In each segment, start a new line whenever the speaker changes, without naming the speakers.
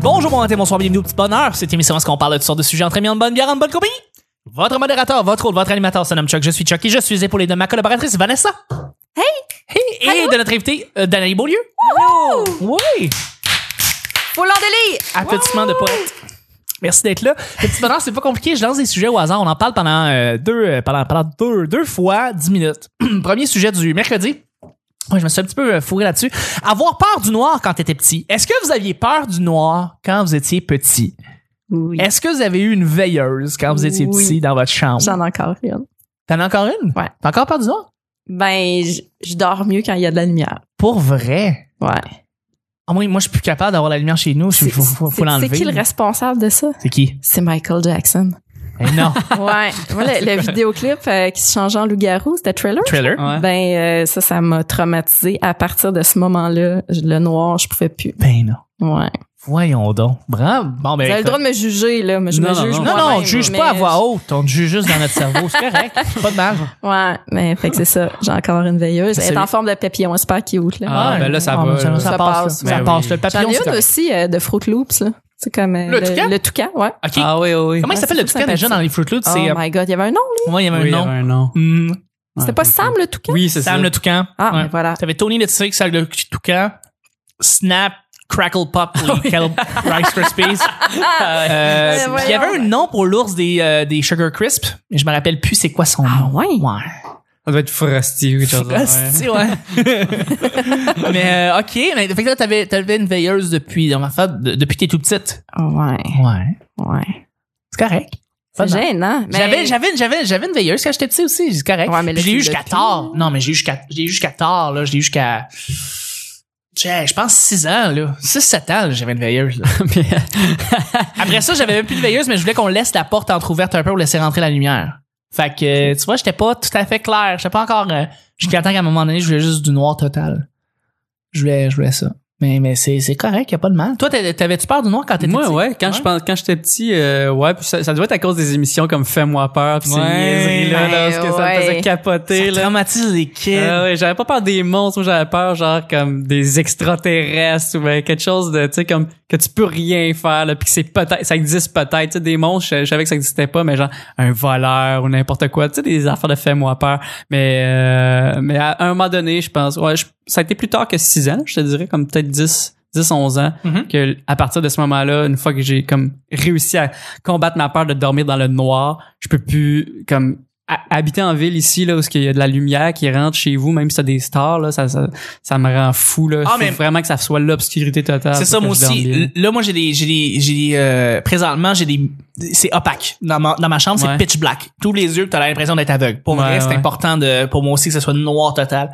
bon matin, bonsoir, bienvenue au petit bonheur. Cette émission, est-ce qu'on parle de toutes sortes de sujets entre amis, en bonne bière, en bonne compagnie? Votre modérateur, votre hôte, votre animateur se nomme Chuck, je suis Chuck et je suis épaulé de ma collaboratrice Vanessa. Hey! Hey! Et de notre invité, euh, Danaï Beaulieu. Oui!
Faut l'endeler!
Applaudissements de poète. Merci d'être là. Le petit bonheur, c'est pas compliqué. Je lance des sujets au hasard. On en parle pendant euh, deux, euh, pendant, pendant deux, deux fois dix minutes. Premier sujet du mercredi. Ouais, je me suis un petit peu euh, fourré là-dessus. Avoir peur du noir quand t'étais petit. Est-ce que vous aviez peur du noir quand vous étiez petit?
Oui.
Est-ce que vous avez eu une veilleuse quand vous étiez
Oui.
petit dans votre chambre?
J'en ai encore une.
T'en as encore une?
Ouais.
T'as encore peur du noir?
Ben, je, je dors mieux quand il y a de la lumière.
Pour vrai?
Ouais.
Ah, moi, moi, je suis plus capable d'avoir la lumière chez nous. Il faut, faut- faut
c'est-
l'enlever.
C'est qui le responsable de ça?
C'est qui?
C'est Michael Jackson.
Eh non.
Ouais. Moi, le, le vidéoclip euh, qui se change en loup-garou, c'était Thriller.
Trailer.
Ben, euh, ça, ça m'a traumatisé. À partir de ce moment-là, je- le noir, je pouvais plus.
Ben non.
Ouais.
Voyons donc. Bravo. Bon, ben,
Vous avez le
écoute.
droit de me juger, là, mais je
non,
me
non,
juge
non,
moi-même,
non, on te juge
mais
pas à voix haute. On te juge juste dans notre cerveau. C'est correct. Pas de mal.
je- Ouais, mais fait que c'est ça. J'ai encore une veilleuse. Elle est
Celui-
en forme de papillon, c'est super cute, là.
Ah, ben là, ça va,
Ça,
là.
ça
Ça
passe.
passe.
là. Ça
Ben
passe.
oui.
Le papillon,
J'en ai
c'est
une
correct.
aussi euh, de Fruit Loops, là. C'est comme euh,
Le toucan?
toucan, ouais.
OK.
Ah oui, oui.
Comment il
Ouais,
s'appelle
c'est
le
ça,
toucan déjà
sympathique.
dans les Fruit Loops?
Oh
C'est, euh,
my god, il y avait un nom, là.
Moi, il y avait
Oui, il y
un
avait
nom.
un nom.
Hmm.
C'était pas Sam le toucan?
Oui, c'est ça.
Sam le toucan.
Ah,
Ouais.
ben voilà.
T'avais Tony le Tic, Sam le toucan. Snap, Crackle Pop, les Kettle Rice Krispies. Euh,
Mais
puis il y
voyons.
avait un nom pour l'ours des, euh, des Sugar Crisp, mais je me rappelle plus c'est quoi son
Ah,
nom.
ouais?
Ouais.
Ça doit être Frosty ou quelque chose. ouais.
Asti, ouais. mais euh, ok, mais fait que là t'avais t'avais une veilleuse depuis on va faire de- depuis que t'es tout petite.
Ouais,
Ouais.
ouais.
C'est correct. Pas
C'est
de mal.
gênant. mais-
J'avais j'avais j'avais j'avais une veilleuse quand j'étais petit aussi, c'est correct.
Ouais, mais là,
Puis je l'ai eu
tu l'as
jusqu'à
plus,
tard. Non, mais j'ai eu jusqu'à j'ai eu jusqu'à tard là, je l'ai eu jusqu'à j'ai- je pense 6 ans là, 6 7 ans, là, j'avais une veilleuse. là. Après ça, j'avais même plus de veilleuse, mais je voulais qu'on laisse la porte entrouverte un peu pour laisser rentrer la lumière. Fait que euh, tu vois, j'étais pas tout à fait clair, j'étais pas encore euh, jusqu'à temps qu'à un moment donné, je voulais juste du noir total. Je voulais je voulais ça. Mais mais c'est c'est correct, y a pas de mal. Toi t'avais- t'avais-tu peur du noir quand t'étais
Moi,
petit?
ouais, quand je pense, quand j'étais petit, euh, ouais, puis ça, ça doit être à cause des émissions comme Fais-moi peur, pis ces
Ouais,
niaiseries-là, là,
ouais,
parce que ça me
ouais.
faisait capoter,
Ça
là.
traumatise les kids.
Ah ouais, j'avais pas peur des monstres, moi j'avais peur genre comme des extraterrestres ou ben, quelque chose de tu sais comme que tu peux rien faire là puis que c'est peut-être ça existe peut-être, tu sais des monstres, je, je savais que ça existait pas mais genre un voleur ou n'importe quoi, tu sais des affaires de fais-moi peur. Mais euh, mais à un moment donné, je pense ouais, je- ça a été plus tard que 6 ans, je te dirais comme peut-être 10 10 11 ans
Mhm.
que à partir de ce moment-là, une fois que j'ai comme réussi à combattre ma peur de dormir dans le noir, je peux plus comme ha- habiter en ville ici là où il y a de la lumière qui rentre chez vous même si t'as des stars là ça ça, ça me rend fou là
Ah,
faut
mais-
vraiment que ça soit l'obscurité totale
C'est
pour
ça,
que
moi
je dorme
aussi.
bien.
L- Là, moi, j'ai des, j'ai des, j'ai des, euh, présentement, j'ai des, c'est opaque. Dans ma, dans ma chambre,
Ouais.
c'est pitch black. Tous les yeux, t'as l'impression d'être aveugle. Pour
Ouais,
vrai, c'est
ouais.
important de, pour moi aussi que ce soit noir total.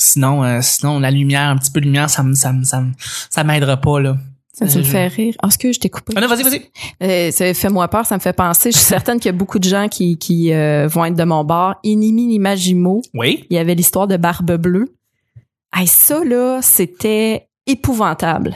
Sinon, euh, sinon, la lumière, un petit peu de lumière, ça me, ça me, ça me, ça m'aidera pas, là.
Ça, ça me fait rire. Oh, excuse, je t'ai coupé.
Ah non, vas-y, vas-y.
Euh, ça fait-moi peur, ça me fait penser. Je suis certaine qu'il y a beaucoup de gens qui, qui euh, vont être de mon bord. Inimini Magimo,
Oui.
il y avait l'histoire de Barbe Bleue. Hey, ça, là, c'était épouvantable.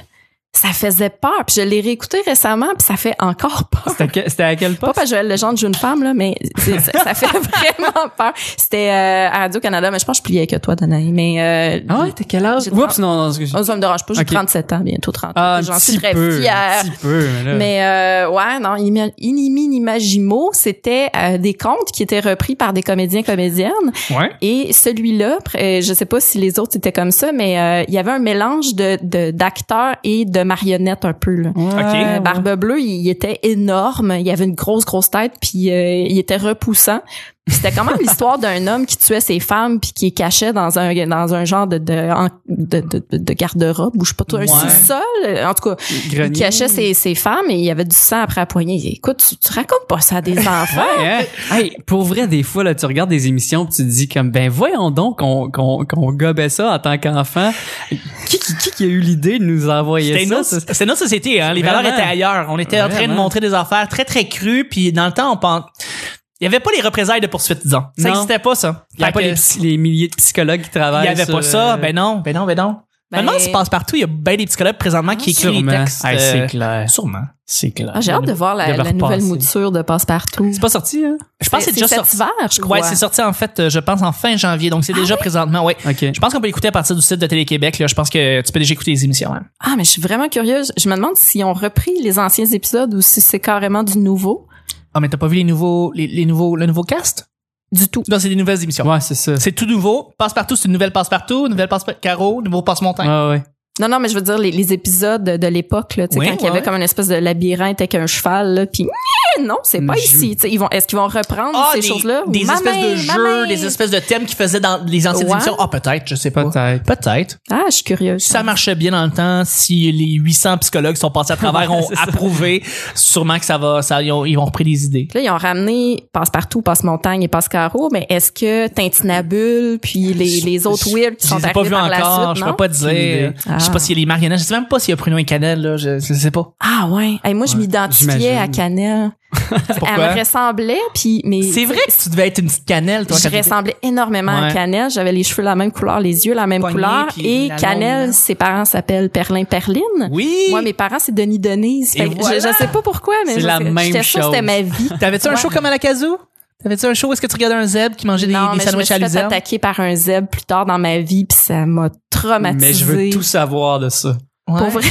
Ça faisait peur. Puis je l'ai réécouté récemment, puis ça fait encore peur.
C'était que- c'était à quel
Pas
poste
parce que Joël Legendre joue une femme, là, mais c'est- ça, ça fait vraiment peur. C'était euh, à Radio-Canada, mais je pense que je pliais que toi, Danaï. Mais euh,
ah ouais t'as quel âge
J'ai
oups non, non excuse
oh, ça me dérange pas, j'ai
Ok.
37 ans, bientôt 30
ah un
J'en suis
petit
très
peu
fière.
un petit peu mais là
Mais euh, ouais, non, Inimi- Iniminimagimo, c'était euh, des contes qui étaient repris par des comédiens comédiennes.
ouais
Et celui-là, pr- euh, je sais pas si les autres étaient comme ça, mais euh, il y avait un mélange de de- d'acteurs et de marionnettes un peu. Là. Euh, Barbe bleue, il, il était énorme. Il avait une grosse, grosse tête, puis euh, il était repoussant. Puis C'était quand même l'histoire d'un homme qui tuait ses femmes puis qui les cachait dans un dans un genre de de, en- de, de, de garde-robe ou je sais pas tout un
Ouais.
sous-sol. euh, En tout cas, il
Grenier.
cachait ses, ses femmes et il y avait du sang après à poignée. Écoute, tu, tu racontes pas ça à des enfants.
Ouais, hein? Hey, pour vrai, des fois, là, tu regardes des émissions pis tu te dis comme, ben voyons donc qu'on qu'on qu'on gobait ça en tant qu'enfant. Qui, qui, qui qui a eu l'idée de nous envoyer
C'était
ça?
notre,
ça?
c'était notre société, hein. Les valeurs
Vraiment.
étaient ailleurs. On était en train de
Vraiment.
montrer des affaires très, très crues, puis dans le temps, on pense, il y avait pas les représailles de poursuite, disons. Ça
Non.
n'existait pas, ça.
Il y a
Fait
pas
que-
les, psy- les milliers de psychologues qui
Il
travaillent.
y avait
sur,
pas ça.
euh,
Ben non, ben non, ben non. Ben, Maintenant, c'est passe-partout. Il y a bien des psychologues présentement qui écrivent des
Sûrement.
textes.
Hey,
euh,
c'est clair.
Sûrement.
C'est clair.
Ah, J'ai hâte de voir la,
de leur
la nouvelle
passer.
mouture de Passe-Partout.
C'est pas sorti, hein?
Je pense que c'est déjà
cet
sorti.
hiver, je crois. Ah
Ouais, c'est sorti en fait, euh, je pense, en fin janvier. Donc, c'est déjà présentement, ouais.
OK.
Je pense qu'on peut écouter à partir du site de Télé-Québec. là. Je pense que tu peux déjà écouter les émissions. hein.
Ah, mais je suis vraiment curieuse. Je me demande s'ils ont repris les anciens épisodes ou si c'est carrément du nouveau.
Ah, mais t'as pas vu les nouveaux, les, les nouveaux, le nouveau cast?
Du tout.
Non, c'est des nouvelles émissions.
Ouais, c'est ça.
C'est tout nouveau. Passe-partout, c'est une nouvelle passe-partout, nouvelle passe-carreau, nouveau passe-montagne.
Ah, ouais.
Non, non, mais je veux dire les, les épisodes de l'époque, là, tu sais,
Oui,
quand il y
ouais,
avait
ouais.
comme une espèce de labyrinthe avec un cheval, là, puis non, c'est pas
Un jeu.
ici. Tu sais, Ils vont, est-ce qu'ils vont reprendre
Ah,
ces
des-
choses-là?
Des
Ou,
espèces
Maman,
de
maman.
jeux, des espèces de thèmes qu'ils faisaient dans les anciennes
Ouais.
émissions. Ah, peut-être, je sais pas.
Peut-être.
Peut-être.
Ah, je suis curieuse.
Si ça marchait bien dans le temps, si les 800 psychologues sont passés à travers,
Ouais,
ont
c'est ça.
approuvé, sûrement que ça va, ça, ils, ont, ils ont repris des idées.
Puis Là, ils ont ramené Passe-Partout, Passe-Montagne et Passe-Carreau, mais est-ce que Tintinabule, puis les, les autres Weird qui
Je
sont
les ai
arrivés
pas vus
par la
encore,
suite,
je
non?
peux pas dire.
idée.
Je sais
Ah.
pas s'il y a les marionnettes, je sais même pas s'il y a Pruno et Canel, là, je, je sais pas.
Ah ouais. Hey, moi, je
Ouais,
m'identifiais
j'imagine.
à Canel. Elle me ressemblait, puis mais
C'est vrai que tu devais être une petite cannelle, toi.
je
quand t'étais-
ressemblais énormément à
Ouais.
Canel. J'avais les cheveux la même couleur, les yeux la même
Poignée,
couleur.
puis
Et
la
Canel,
longue.
ses parents s'appellent Perlin Perline.
Oui!
Moi, mes parents, c'est Denis Denise. Fait
Et
que je-
voilà.
je, sais pas pourquoi, mais
C'est
je-
la même
j'étais sûre que
chose.
c'était ma vie.
T'avais-tu un
Ouais.
show comme à la Kazoo? T'avais-tu un show où est-ce que tu regardais un zèbre qui mangeait des,
non,
des
mais je me
sandwichs à
suis fait
luzerne?
attaquer par un zèbre plus tard dans ma vie, puis ça m'a traumatisée.
Mais je veux tout savoir de ça.
Ouais.
Pour vrai.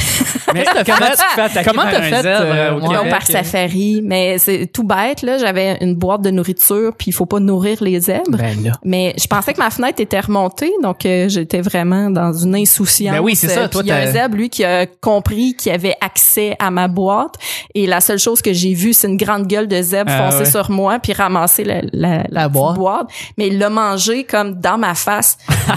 Mais
Comment t'as fait-
attaquer
comment
par
t'as
un
fait,
zèbre,
euh,
au
ouais.
Non,
Québec?
par safari. Mais c'est tout bête, là. J'avais une boîte de nourriture, puis il faut pas nourrir les zèbres.
Ben là.
Mais je pensais que ma fenêtre était remontée, donc euh, j'étais vraiment dans une insouciance.
Ben oui, c'est ça,
Euh,
toi,
puis il y a
t'as-
un zèbre, lui, qui a compris qu'il avait accès à ma boîte. Et la seule chose que j'ai vue, c'est une grande gueule de zèbre
Ah
foncer
ouais.
sur moi, puis ramasser la, la,
La
petite
boîte.
Mais il l'a mangé comme dans ma face.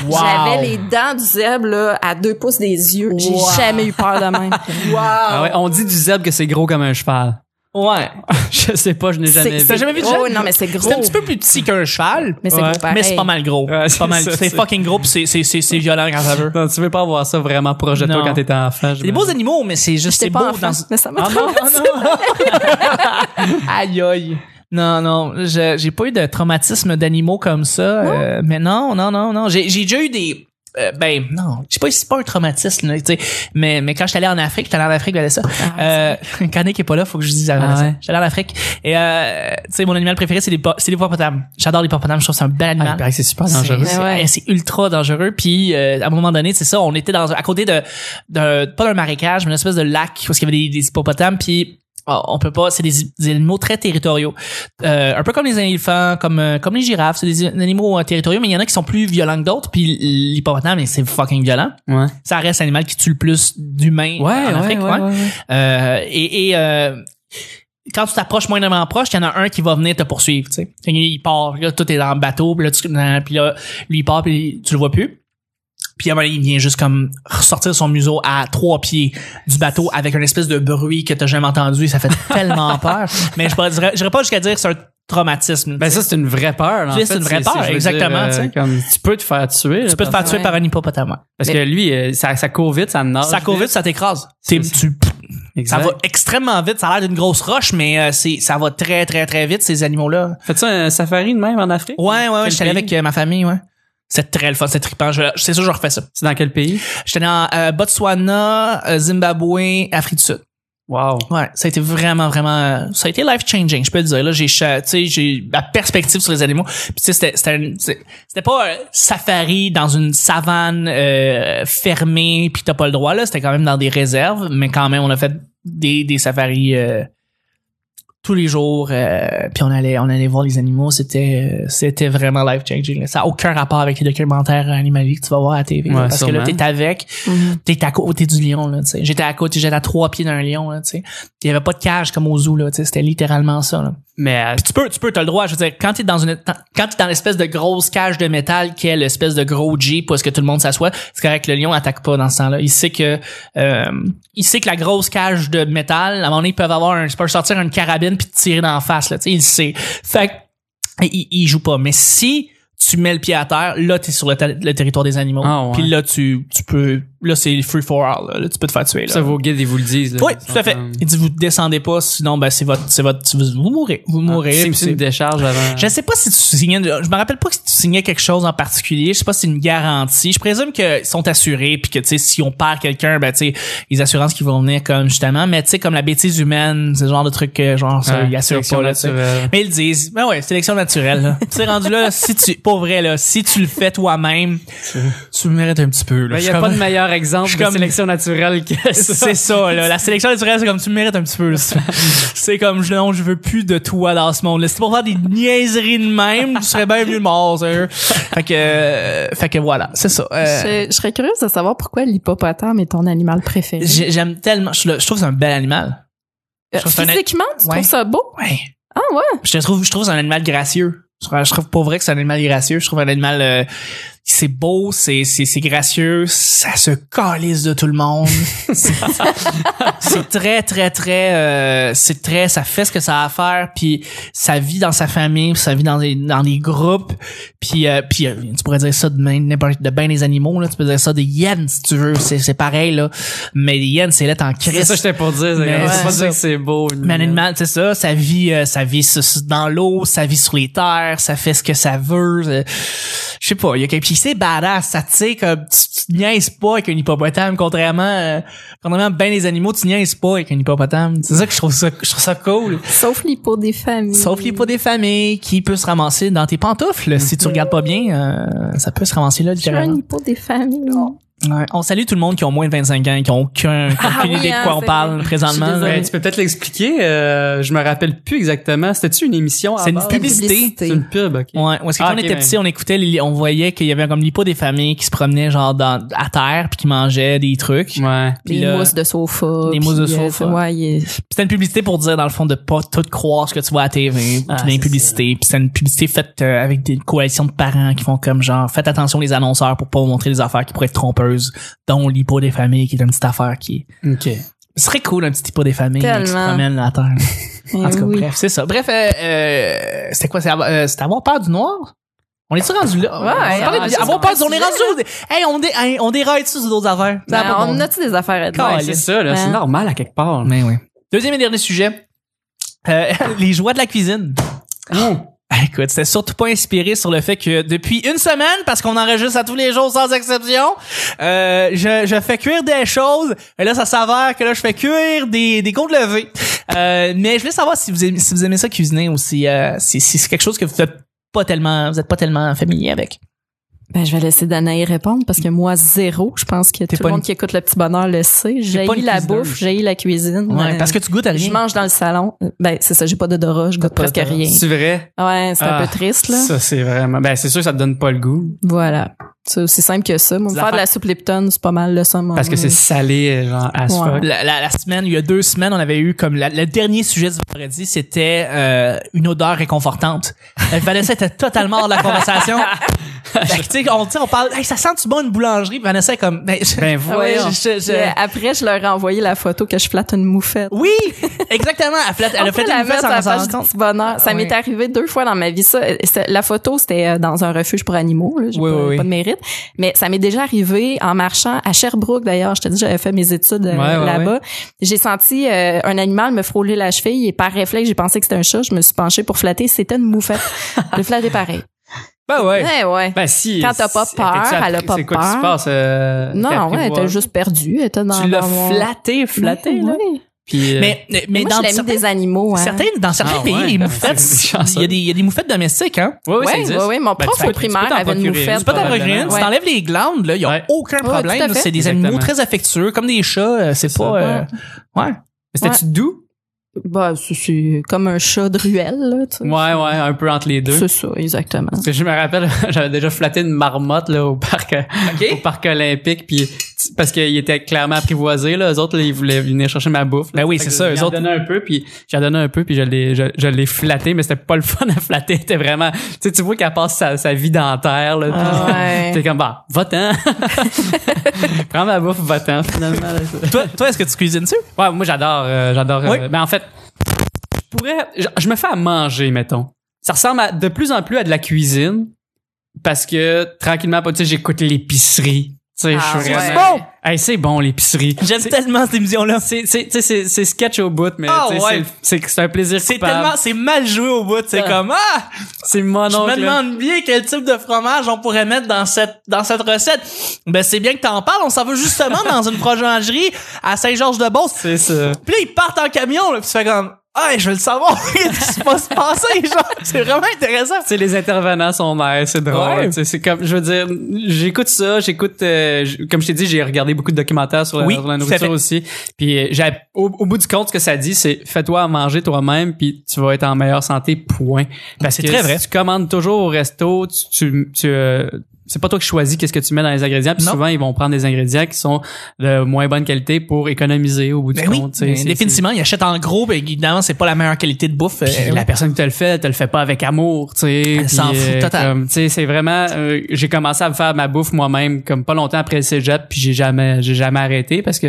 Wow.
J'avais les dents du zèbre là, à deux pouces des yeux. J'ai
Wow.
jamais eu peur de même.
Wow!
Ah ouais, on dit du zèbre que c'est gros comme un cheval.
ouais.
je sais pas, je n'ai jamais vu.
T'as jamais vu de
Oh,
zèbre?
non, mais c'est gros.
C'est un petit peu plus petit qu'un cheval.
Mais c'est
Ouais.
gros ben, pareil.
Mais c'est pas mal gros.
Ouais,
c'est pas
c'est
mal.
ça,
C'est
c'est-
fucking gros pis c'est, c'est, c'est, c'est violent quand ça veut.
Non, tu veux pas avoir ça vraiment proche de
Non.
toi quand t'étais enfant.
C'est des beaux animaux, mais c'est juste, c'est beau
J'étais pas
dans
enfant, mais ça m'a
Ah non, ah non. aïe aïe. Non, non, je- j'ai pas eu de traumatisme d'animaux comme ça. euh, mais non, non, non, non. J'ai j'ai déjà eu des. euh, ben non, je sais pas si c'est pas un traumatisme, là, tu sais, mais mais quand j'étais allé en Afrique, j'étais allé en Afrique, regardez ça.
Ah,
Euh, Canet qui est pas là, faut que je dise avant
Ah
ça.
ouais.
J'étais allé en Afrique et euh, tu sais mon animal préféré c'est les po- c'est les hippopotames. J'adore les hippopotames, je trouve que c'est un bel
Ah,
animal.
il paraît que c'est super
C'est-
dangereux.
C'est
Ah ouais.
eh, c'est ultra dangereux. Puis euh, à un moment donné, c'est ça, on était dans un- à côté de, d'un- pas d'un marécage, mais une espèce de lac parce qu'il y avait des, des hippopotames. Puis oh, on peut pas, c'est des, des animaux très territoriaux, Euh, un peu comme les éléphants, comme euh, comme les girafes, c'est des animaux euh, territoriaux, mais il y en a qui sont plus violents que d'autres. Puis l'hippopotame, c'est fucking violent.
Ouais.
Ça reste l'animal qui tue le plus d'humains en Afrique. ouais. Euh, et et, euh, quand tu t'approches moyennement proche, il y en a un qui va venir te poursuivre. tu sais. Fait que lui, Il part, puis là, tout est dans le bateau, puis là, tu- nan, puis là, lui, il part, puis tu le vois plus. Puis à un moment, donné, il vient juste comme ressortir son museau à trois pieds du bateau avec une espèce de bruit que t'as jamais entendu. Ça fait tellement peur. Mais je dirais j'irais pas jusqu'à dire que c'est un traumatisme.
Ben ça c'est une vraie peur. là, en
Oui,
fait.
c'est une vraie peur,
je veux
exactement,
euh,
tu sais.
comme, tu peux te faire tuer. là,
tu peux te faire
parce-
tuer par un hippopotame. ouais.
Parce que lui, euh, ça, ça court vite, ça nage.
Ça court vite, ça t'écrase. T'es-
C'est-
tu- Ça
Exact.
va extrêmement vite. Ça a l'air d'une grosse roche, mais euh, c'est ça va très, très, très vite, ces animaux-là.
Fais-tu un safari de même en Afrique?
Ouais, ouais, ouais.
Quel
J'étais allé
pays?
avec euh, ma famille, ouais. C'est très le fun, c'est trippant. Je- C'est sûr, je refais ça.
C'est dans quel pays?
J'étais dans euh, Botswana, euh, Zimbabwe, Afrique du Sud.
Wow.
Ouais, ça a été vraiment, vraiment, euh, ça a été life changing. Je peux le dire là, j'ai, cha- tu sais, j'ai la perspective sur les animaux. Puis tu sais, c'était, c'était, une- c'est- c'était pas un safari dans une savane euh, fermée, puis t'as pas le droit là. C'était quand même dans des réserves, mais quand même, on a fait des des safaris euh, tous les jours. euh, puis on allait, on allait voir les animaux. C'était, euh, c'était vraiment life changing. là. Ça a aucun rapport avec les documentaires animaliers que tu vas voir à la TV. là,
Ouais,
parce que là,
sûrement.
t'es avec,
Mhm.
t'es à côté du lion là tu sais j'étais à côté j'étais à trois pieds d'un lion là tu sais il y avait pas de cage comme au zoo là tu sais c'était littéralement ça là.
Mais euh,
Puis tu peux tu peux t'as le droit je veux dire quand t'es dans une quand t'es dans l'espèce de grosse cage de métal qui est l'espèce de gros jeep où est-ce que tout le monde s'assoit c'est correct le lion attaque pas dans ce temps-là il sait que euh, il sait que la grosse cage de métal à un moment donné ils peuvent avoir un ils peuvent sortir une carabine puis te tirer dans la face là tu sais il le sait fait que, il, il joue pas mais si tu mets le pied à terre, là, t'es sur le, ter- le territoire des animaux.
Ah ouais.
Puis là, tu, tu peux, là, c'est free for all, là. Là, tu peux te faire tuer, là.
Ça, vos guides, ils vous le disent. là. Ah.
oui, tout à fait. Il dit, vous descendez pas, sinon, ben, c'est votre, c'est votre, vous, vous mourrez, vous mourrez.
Ah, C'est
Puis c'est-
une décharge avant.
je sais pas si tu signais, je me rappelle pas si tu signais quelque chose en particulier. Je sais pas si c'est une garantie. Je présume qu'ils sont assurés puis que, tu sais, si on perd quelqu'un, ben, tu sais, les assurances qui vont venir comme, justement, mais tu sais, comme la bêtise humaine, c'est le genre de truc que, genre, ça,
Ouais,
ils assurent
sélection
pas, là, tu sais.
naturelle.
Mais ils le disent, ben ouais, sélection naturelle, là. tu sais, rendu là, si tu, pour vrai, là, si tu le fais toi-même, tu le mérites un petit peu,
Ben,
là.
Il
Je
n'y
suis
a pas
comme-
de meilleur exemple
je suis
de
comme-
sélection naturelle que ça.
c'est ça, là. La sélection naturelle, c'est comme tu le mérites un petit peu. là. C'est comme, je- non, je veux plus de toi dans ce monde. là. Si c'est pour faire des niaiseries de même, tu serais bien mieux mort, sérieux. Fait que, euh, fait que voilà, c'est ça. Euh,
Je, je serais curieuse de savoir pourquoi l'hippopotame est ton animal préféré.
j'ai- j'aime tellement, je, le- je trouve que c'est un bel animal.
Euh,
je trouve que c'est un-
Physiquement, tu
Ouais.
trouves ça beau?
Ouais.
Ah ouais?
Je te trouve, je trouve que c'est un animal gracieux. Je trouve- Je trouve pas vrai que c'est un animal gracieux. Je trouve un animal, euh, c'est beau, c'est, c'est, c'est gracieux, ça se calisse de tout le monde. c'est c'est très, très, très, euh, c'est très, ça fait ce que ça a à faire, puis ça vit dans sa famille, puis ça vit dans des, dans des groupes, puis, euh, puis euh, tu pourrais dire ça de bien, n'importe- de bien des animaux, là. Tu peux dire ça des hyènes, si tu veux, c'est, c'est pareil, là. Mais les hyènes, c'est là, en
C'est
crise.
ça que j'étais pour dire.
Mais
C'est
ouais.
pas dire que c'est beau. une
Mais un
minute.
animal, c'est ça, ça vit, euh, ça vit s- s- dans l'eau, ça vit sur les terres, ça fait ce que ça veut. euh, je sais pas, il y a quelque puis c'est badass, ça tu sais comme tu, tu niaises pas avec un hippopotame, contrairement, euh, contrairement à bien des animaux, tu niaises pas avec un hippopotame. C'est ça que je trouve ça, je trouve ça cool.
Sauf l'hippo des familles.
Sauf qu'il n'y a pas des familles qui peut se ramasser dans tes pantoufles. Si
Mm-hmm.
tu regardes pas bien, euh, ça peut se ramasser là,
Je suis un
littéralement.
hippo des familles.
Ouais. On salue tout le monde qui ont moins de 25 ans, qui ont aucun, aucune
oui,
idée de
hein,
quoi on
c'est-
parle présentement.
Je suis désolée.
Ouais.
Ben, tu peux peut-être l'expliquer. euh, je me rappelle plus exactement. C'était-tu une émission à
C'est une
base?
publicité.
C'est une pub, ok.
Ouais, parce que
Ah,
quand
ok,
on était
ben.
petit, on écoutait, les- on voyait qu'il y avait comme l'hippo des familles qui se promenaient genre dans, à terre puis qui mangeaient des trucs.
Ouais.
Puis
Des
là,
mousses de sofa.
des
puis,
mousses de
euh,
sofa.
ouais, il est-
C'était une publicité pour dire dans le fond de pas tout croire ce que tu vois à la TV.
Ah,
C'était
c'est
une publicité, puis c'était une publicité faite euh, avec des coalitions de parents qui font comme genre faites attention les annonceurs pour pas vous montrer des affaires qui pourraient être trompeuses, dont l'hippo des familles qui est une petite affaire qui
Ok.
ce serait cool un petit hippo des familles là, qui se
Tellement.
promène à terre. En tout
Eh
cas,
oui.
bref, c'est ça. Bref, euh, euh, c'était quoi? C'est avoir- euh, c'était avoir peur du noir? On est-tu rendu là?
Ouais, ah,
on parlait
on
de-
est-
avoir peur du on est
on est
rendu au- Hey, on, dé, hey, on déraille dessus sur d'autres affaires. Ça a
Ben,
pas de bon
on
sens.
a-tu des affaires à dire?
Calais.
Ouais, c'est ça, là. C'est
Ben.
normal à quelque part.
Mais oui. Deuxième et dernier sujet. Euh, les joies de la cuisine.
Oh!
Oh!
Ah, Écoute, c'était surtout pas inspiré sur le fait que depuis une semaine, parce qu'on enregistre à tous les jours sans exception, euh, je, je fais cuire des choses. Et là, ça s'avère que là, je fais cuire des, des côtes levées. Euh, mais je voulais savoir si vous aimez, si vous aimez ça cuisiner ou si, euh, si, si c'est quelque chose que vous faites pas tellement, vous êtes pas tellement familier avec.
Ben, je vais laisser Danaï répondre parce que moi, zéro, je pense que tout
pas
le
une-
monde qui écoute le petit bonheur le sait. J'ai
pas une
la
cuisineuse.
bouffe, j'ai la cuisine. Euh,
parce que tu goûtes à rien.
je mange dans le salon. Ben, c'est ça, j'ai pas d'odorat, je goûte
pas
presque
d'odorat.
rien.
C'est vrai.
Ouais, c'est
Ah,
un peu triste, là.
Ça, c'est vraiment. Ben, c'est sûr que ça te donne pas le goût.
Voilà. C'est aussi simple que ça. Moi, me
Des
faire de la
affaires-
soupe Lipton, c'est pas mal, le ça, moi.
Parce que c'est salé, genre, as
Ouais.
fuck.
La, la- la semaine, il y a deux semaines, on avait eu comme la- le dernier sujet du vendredi, c'était euh, une odeur réconfortante. Euh, Vanessa était totalement hors de la conversation. Fait que, tu sais, on, tu sais, on parle, hey, ça sent-tu bon une boulangerie? Puis Vanessa est comme, ben, je-
Ben,
Ah ouais,
je- je-
Puis,
je-
euh, Après, je leur ai envoyé la photo que je flatte une moufette.
oui, exactement. Elle, flatte- elle a
On peut
fait
la
une fête
mettre à la
sans s'en
page
rendre
du
compte.
petit bonheur. Ça
Ouais.
m'est arrivé deux fois dans ma vie. Ça, c'est- la photo, c'était euh, dans un refuge pour animaux. Là. J'ai
Oui,
pas,
oui, oui.
pas de mérite. Mais ça m'est déjà arrivé en marchant à Sherbrooke, d'ailleurs. Je te dis, j'avais fait mes études euh,
Ouais, ouais,
là-bas. J'ai senti euh, un animal me frôler la cheville et par réflexe, j'ai pensé que c'était un chat. Je me suis penchée pour flatter. C'était une moufette. Je le flattais pareil.
Ben, ouais.
Ouais, ouais.
Ben, si.
Quand t'as pas
si-
peur,
t'es-tu appris-
elle a pas
C'est quoi qui
peur.
se passe? euh, t'as
non,
appris
ouais, elle
voir.
était juste perdue. Elle était dans
Tu l'as
dans mon-
flatté, flatté, là.
Oui.
Puis. euh,
Mais, mais, mais
Moi,
dans
je l'ai mis
certains,
des animaux. hein.
certaines- dans certains
Ah,
pays,
ouais.
les moufettes,
C'est chanceux.
il y, a des- il y a des moufettes domestiques, hein?
Ouais, ouais, ça
Ouais,
existe.
ouais, ouais, mon
Ben,
prof
tu peux-
au
tu peux t'en
primaire avait une
procurer
moufette.
C'est pas ta
Probablement.
procuréine. Si
Ouais.
t'enlèves les glandes, là, il y a
Ouais.
aucun
tout à
problème.
fait.
là. c'est des
Exactement.
animaux très affectueux, comme des chats. euh, C'est
C'est
pas...
ça.
euh, ouais.
Mais C'était-tu doux?
Bah, c'est- c'est comme un chat de ruelle, là, tu sais.
Ouais, ouais, un peu entre les deux.
C'est ça, exactement.
Parce que je me rappelle, j'avais déjà flatté une marmotte là, au parc euh,
Eh?
au parc olympique puis tu- parce qu'ils étaient clairement apprivoisés là, eux autres là, ils voulaient venir chercher ma bouffe. Là,
Ben oui,
Fait
c'est
que
ça, eux
j'en
autres-
donnais un peu puis j'en donnais un peu puis je l'ai je, je l'ai flatté mais c'était pas le fun à flatter, c'était vraiment tu sais tu vois qu'elle passe sa, sa vie dans la terre là.
Ah
puis-
ouais.
T'es comme bah, va-t'en. Prends ma bouffe, va-t'en finalement. là, ça.
Toi, toi est-ce que tu cuisines-tu?
Ouais, moi j'adore, euh, j'adore. euh,
Oui.
ben, en fait, je pourrais, je, je me fais à manger, mettons. Ça ressemble à- de plus en plus à de la cuisine, parce que tranquillement, pas, tu sais, j'écoute l'épicerie. Tu sais,
Ah,
je suis
ouais.
vraiment-
Bon!
Hey, c'est bon l'épicerie.
J'aime
C'est-
tellement cette émission-là.
C'est c'est- tu sais, c'est- c'est sketch au bout, mais
Ah,
tu sais,
ouais.
c'est c'est- c'est un plaisir
C'est
coupable.
tellement, c'est mal joué au bout. C'est
Ah.
comme, ah!
C'est mon
Je me
oncle. là.
demande bien quel type de fromage on pourrait mettre dans cette, dans cette recette. Ben, c'est bien que t'en parles. On s'en va justement dans une fromagerie à Saint-Georges-de-Beauce.
C'est ça.
Puis là, ils partent en camion, là, pis tu fais comme, ah, je veux le savoir. Qu'est-ce qui va se passer, genre? C'est vraiment intéressant.
Tu sais, les intervenants sont nice, c'est drôle.
Ouais.
Tu sais, C'est comme, je veux dire, j'écoute ça, j'écoute, euh, j- comme je t'ai dit, j'ai regardé beaucoup de documentaires sur, la-
Oui,
sur la
tout à
nourriture
fait.
aussi. Puis euh, j'ai- au, au bout du compte, ce que ça dit, c'est fais-toi à manger toi-même, puis tu vas être en meilleure santé. Point. Parce
Ben, c'est
que
très
si
vrai.
tu commandes toujours au resto, tu, tu, tu, euh, c'est pas toi qui choisis qu'est-ce que tu mets dans les ingrédients. Puis
Non.
souvent, ils vont prendre des ingrédients qui sont de moins bonne qualité pour économiser au bout du
Ben oui,
compte. tu sais.
ben,
C'est-
définitivement, ils achètent en gros, ben, évidemment, c'est pas la meilleure qualité de bouffe.
Puis
euh,
la personne qui te le fait, elle te le fait pas avec amour, tu sais.
Elle
Puis, euh,
s'en fout total.
comme, tu sais, c'est vraiment. euh, j'ai commencé à me faire ma bouffe moi-même, comme pas longtemps après le cégep, puis j'ai jamais, j'ai jamais arrêté parce que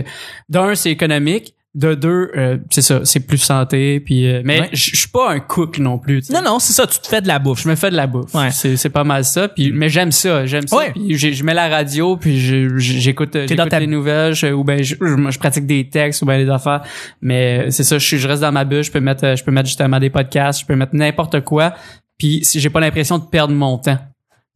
d'un, c'est économique. De deux, euh, c'est ça, c'est plus santé. Puis, euh, mais
Ouais.
je je suis pas un cook non plus. tu sais.
Non, non, c'est ça, tu te fais de la bouffe.
Je me fais de la bouffe.
Ouais. Mm.
C'est, c'est pas mal ça. Puis, mais j'aime ça, j'aime ça.
Ouais.
Puis j'ai- je mets la radio, puis je- je- j'écoute, euh,
dans
j'écoute
ta-
les nouvelles, je- ou ben je, je- moi, je pratique des textes, ou ben des affaires. Mais euh, c'est ça, je, suis- je reste dans ma bulle. Je peux mettre, euh, je peux mettre justement des podcasts, je peux mettre n'importe quoi. Puis si j'ai pas l'impression de perdre mon temps.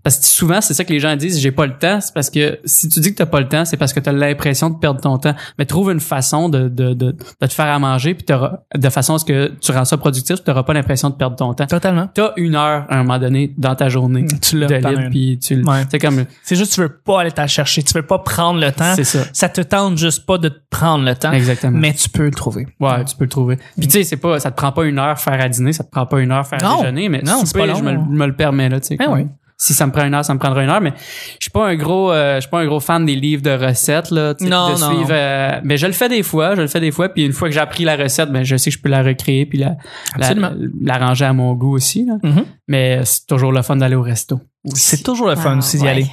Parce que souvent, c'est ça que les gens disent, j'ai pas le temps. C'est parce que si tu dis que t'as pas le temps, c'est parce que t'as l'impression de perdre ton temps. Mais trouve une façon de, de, de, de te faire à manger, puis t'auras- de façon à ce que tu rends ça productif, tu n'auras pas l'impression de perdre ton temps
Totalement.
t'as une heure à un moment donné dans ta journée
Mm, Tu l'as,
de
t'en as
libre
une.
puis tu le-
Ouais.
c'est comme
C'est juste, tu veux pas aller t'en chercher. Tu veux pas prendre le temps.
c'est ça
Ça te tente juste pas de te prendre le temps.
exactement
Mais tu peux le trouver.
ouais tu peux le trouver puis tu sais c'est pas ça te prend pas une heure faire à dîner ça te prend pas une heure faire
Non.
à déjeuner mais
Non, c'est
souper,
pas long. hein.
je me, le- me le permets là tu sais
Ben
comme,
ouais.
si ça me prend une heure ça me prendra une heure mais je suis pas un gros euh, je suis pas un gros fan des livres de recettes là tu sais,
Non,
de
non.
suivre, euh, mais je le fais des fois je le fais des fois puis une fois que j'ai appris la recette ben je sais que je peux la recréer puis la la,
Absolument.
la ranger à mon goût aussi là.
Mhm.
mais c'est toujours le fun d'aller au resto
C'est toujours le fun
Ah,
aussi d'y
ouais.
aller.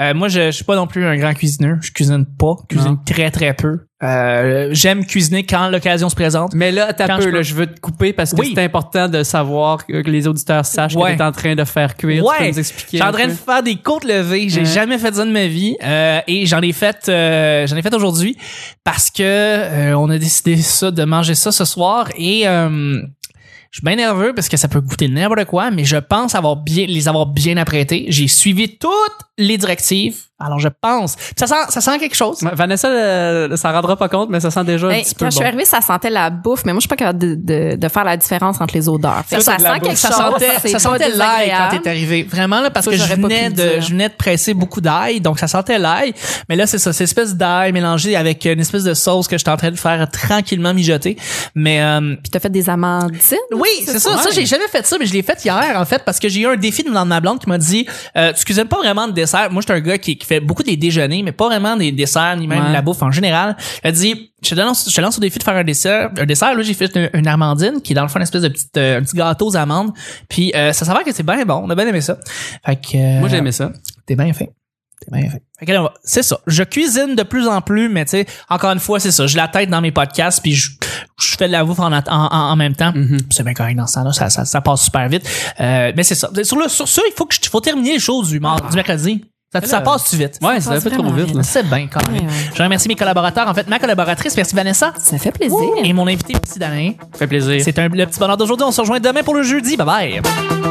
Euh, moi, je, je suis pas non plus un grand cuisineur. Je cuisine pas. Je cuisine
Non.
très, très peu. Euh, J'aime cuisiner quand l'occasion se présente.
Mais là, t'as
Quand
peu,
je
je,
peux.
là, je veux te couper parce que
Oui.
c'est important de savoir que que les auditeurs sachent
Ouais.
que t'es en train de faire cuire. Tu
Ouais.
peux nous expliquer.
J'étais en
un
train de
peu?
faire des côtes levées. J'ai
Hein.
jamais fait ça de ma vie. Euh, et j'en ai fait, euh, j'en ai fait aujourd'hui parce que euh, on a décidé ça de manger ça ce soir et euh, je suis bien nerveux parce que ça peut goûter n'importe quoi, mais je pense avoir bien les avoir bien apprêtés. J'ai suivi toutes les directives. Alors je pense. Ça sent, ça sent quelque chose.
Ouais, Vanessa, euh, ça rendra pas compte, mais ça sent déjà un
Hey,
petit
quand
peu
je suis
bon.
arrivée, ça sentait la bouffe, mais moi, je suis pas capable de, de, de faire la différence entre les odeurs. Fait que ça,
Ça, c'est de la
sent quelque
bouffe.
ça
chose. Oh,
sentait,
c'est
ça
pas
sentait l'ail hein? quand
désagréable.
t'es arrivé. Vraiment, là, parce
Ça,
que je
j'aurais pas pu
venais,
le
de,
dire.
je venais de presser beaucoup d'ail, donc ça sentait l'ail. Mais là, c'est ça, c'est une espèce d'ail mélangé avec une espèce de sauce que j'étais en train de faire tranquillement mijoter. Mais, euh,
Puis t'as fait des amandines.
oui, c'est ça. Ça, j'ai jamais fait ça, mais je l'ai fait hier, en fait, parce que j'ai eu un défi de ma blonde qui m'a dit, euh, tu cuisines pas vraiment de dessert. Moi, j'étais un gars qui, qui fait beaucoup des déjeuners, mais pas vraiment des desserts, ni même
Ouais.
de la bouffe en général. Elle dit, je te lance, je te lance au défi de faire un dessert. Un dessert, là, j'ai fait une, une armandine, qui est dans le fond une espèce de petite, euh, un petit gâteau aux amandes. Puis, euh, ça s'avère que c'est bien bon. On a bien aimé ça. Fait que, euh,
Moi, j'aimais ça.
T'es bien fait. T'es bien fait. Fait que là, on va- c'est ça. Je cuisine de plus en plus, mais tu sais, encore une fois, c'est ça. Je la tête dans mes podcasts, puis je, je fais de la bouffe en, at- en, en- en même temps. C'est bien correct dans ce temps-là. Ça, ça, ça passe super vite. Euh, mais c'est ça. Sur, le, sur ça, il faut, que je, faut terminer les choses du, mardi, du mercredi. Ça, ça passe-tu vite?
Ouais, ça
passe
fait trop
vraiment
vite,
vite.
là.
C'est bien correct.
Ouais, ouais.
Je remercie mes collaborateurs. En fait, ma collaboratrice, merci Vanessa.
Ça fait plaisir.
Et mon invité, petit Danin.
Ça fait plaisir.
C'est un, le petit bonheur d'aujourd'hui. On se rejoint demain pour le jeudi. Bye bye.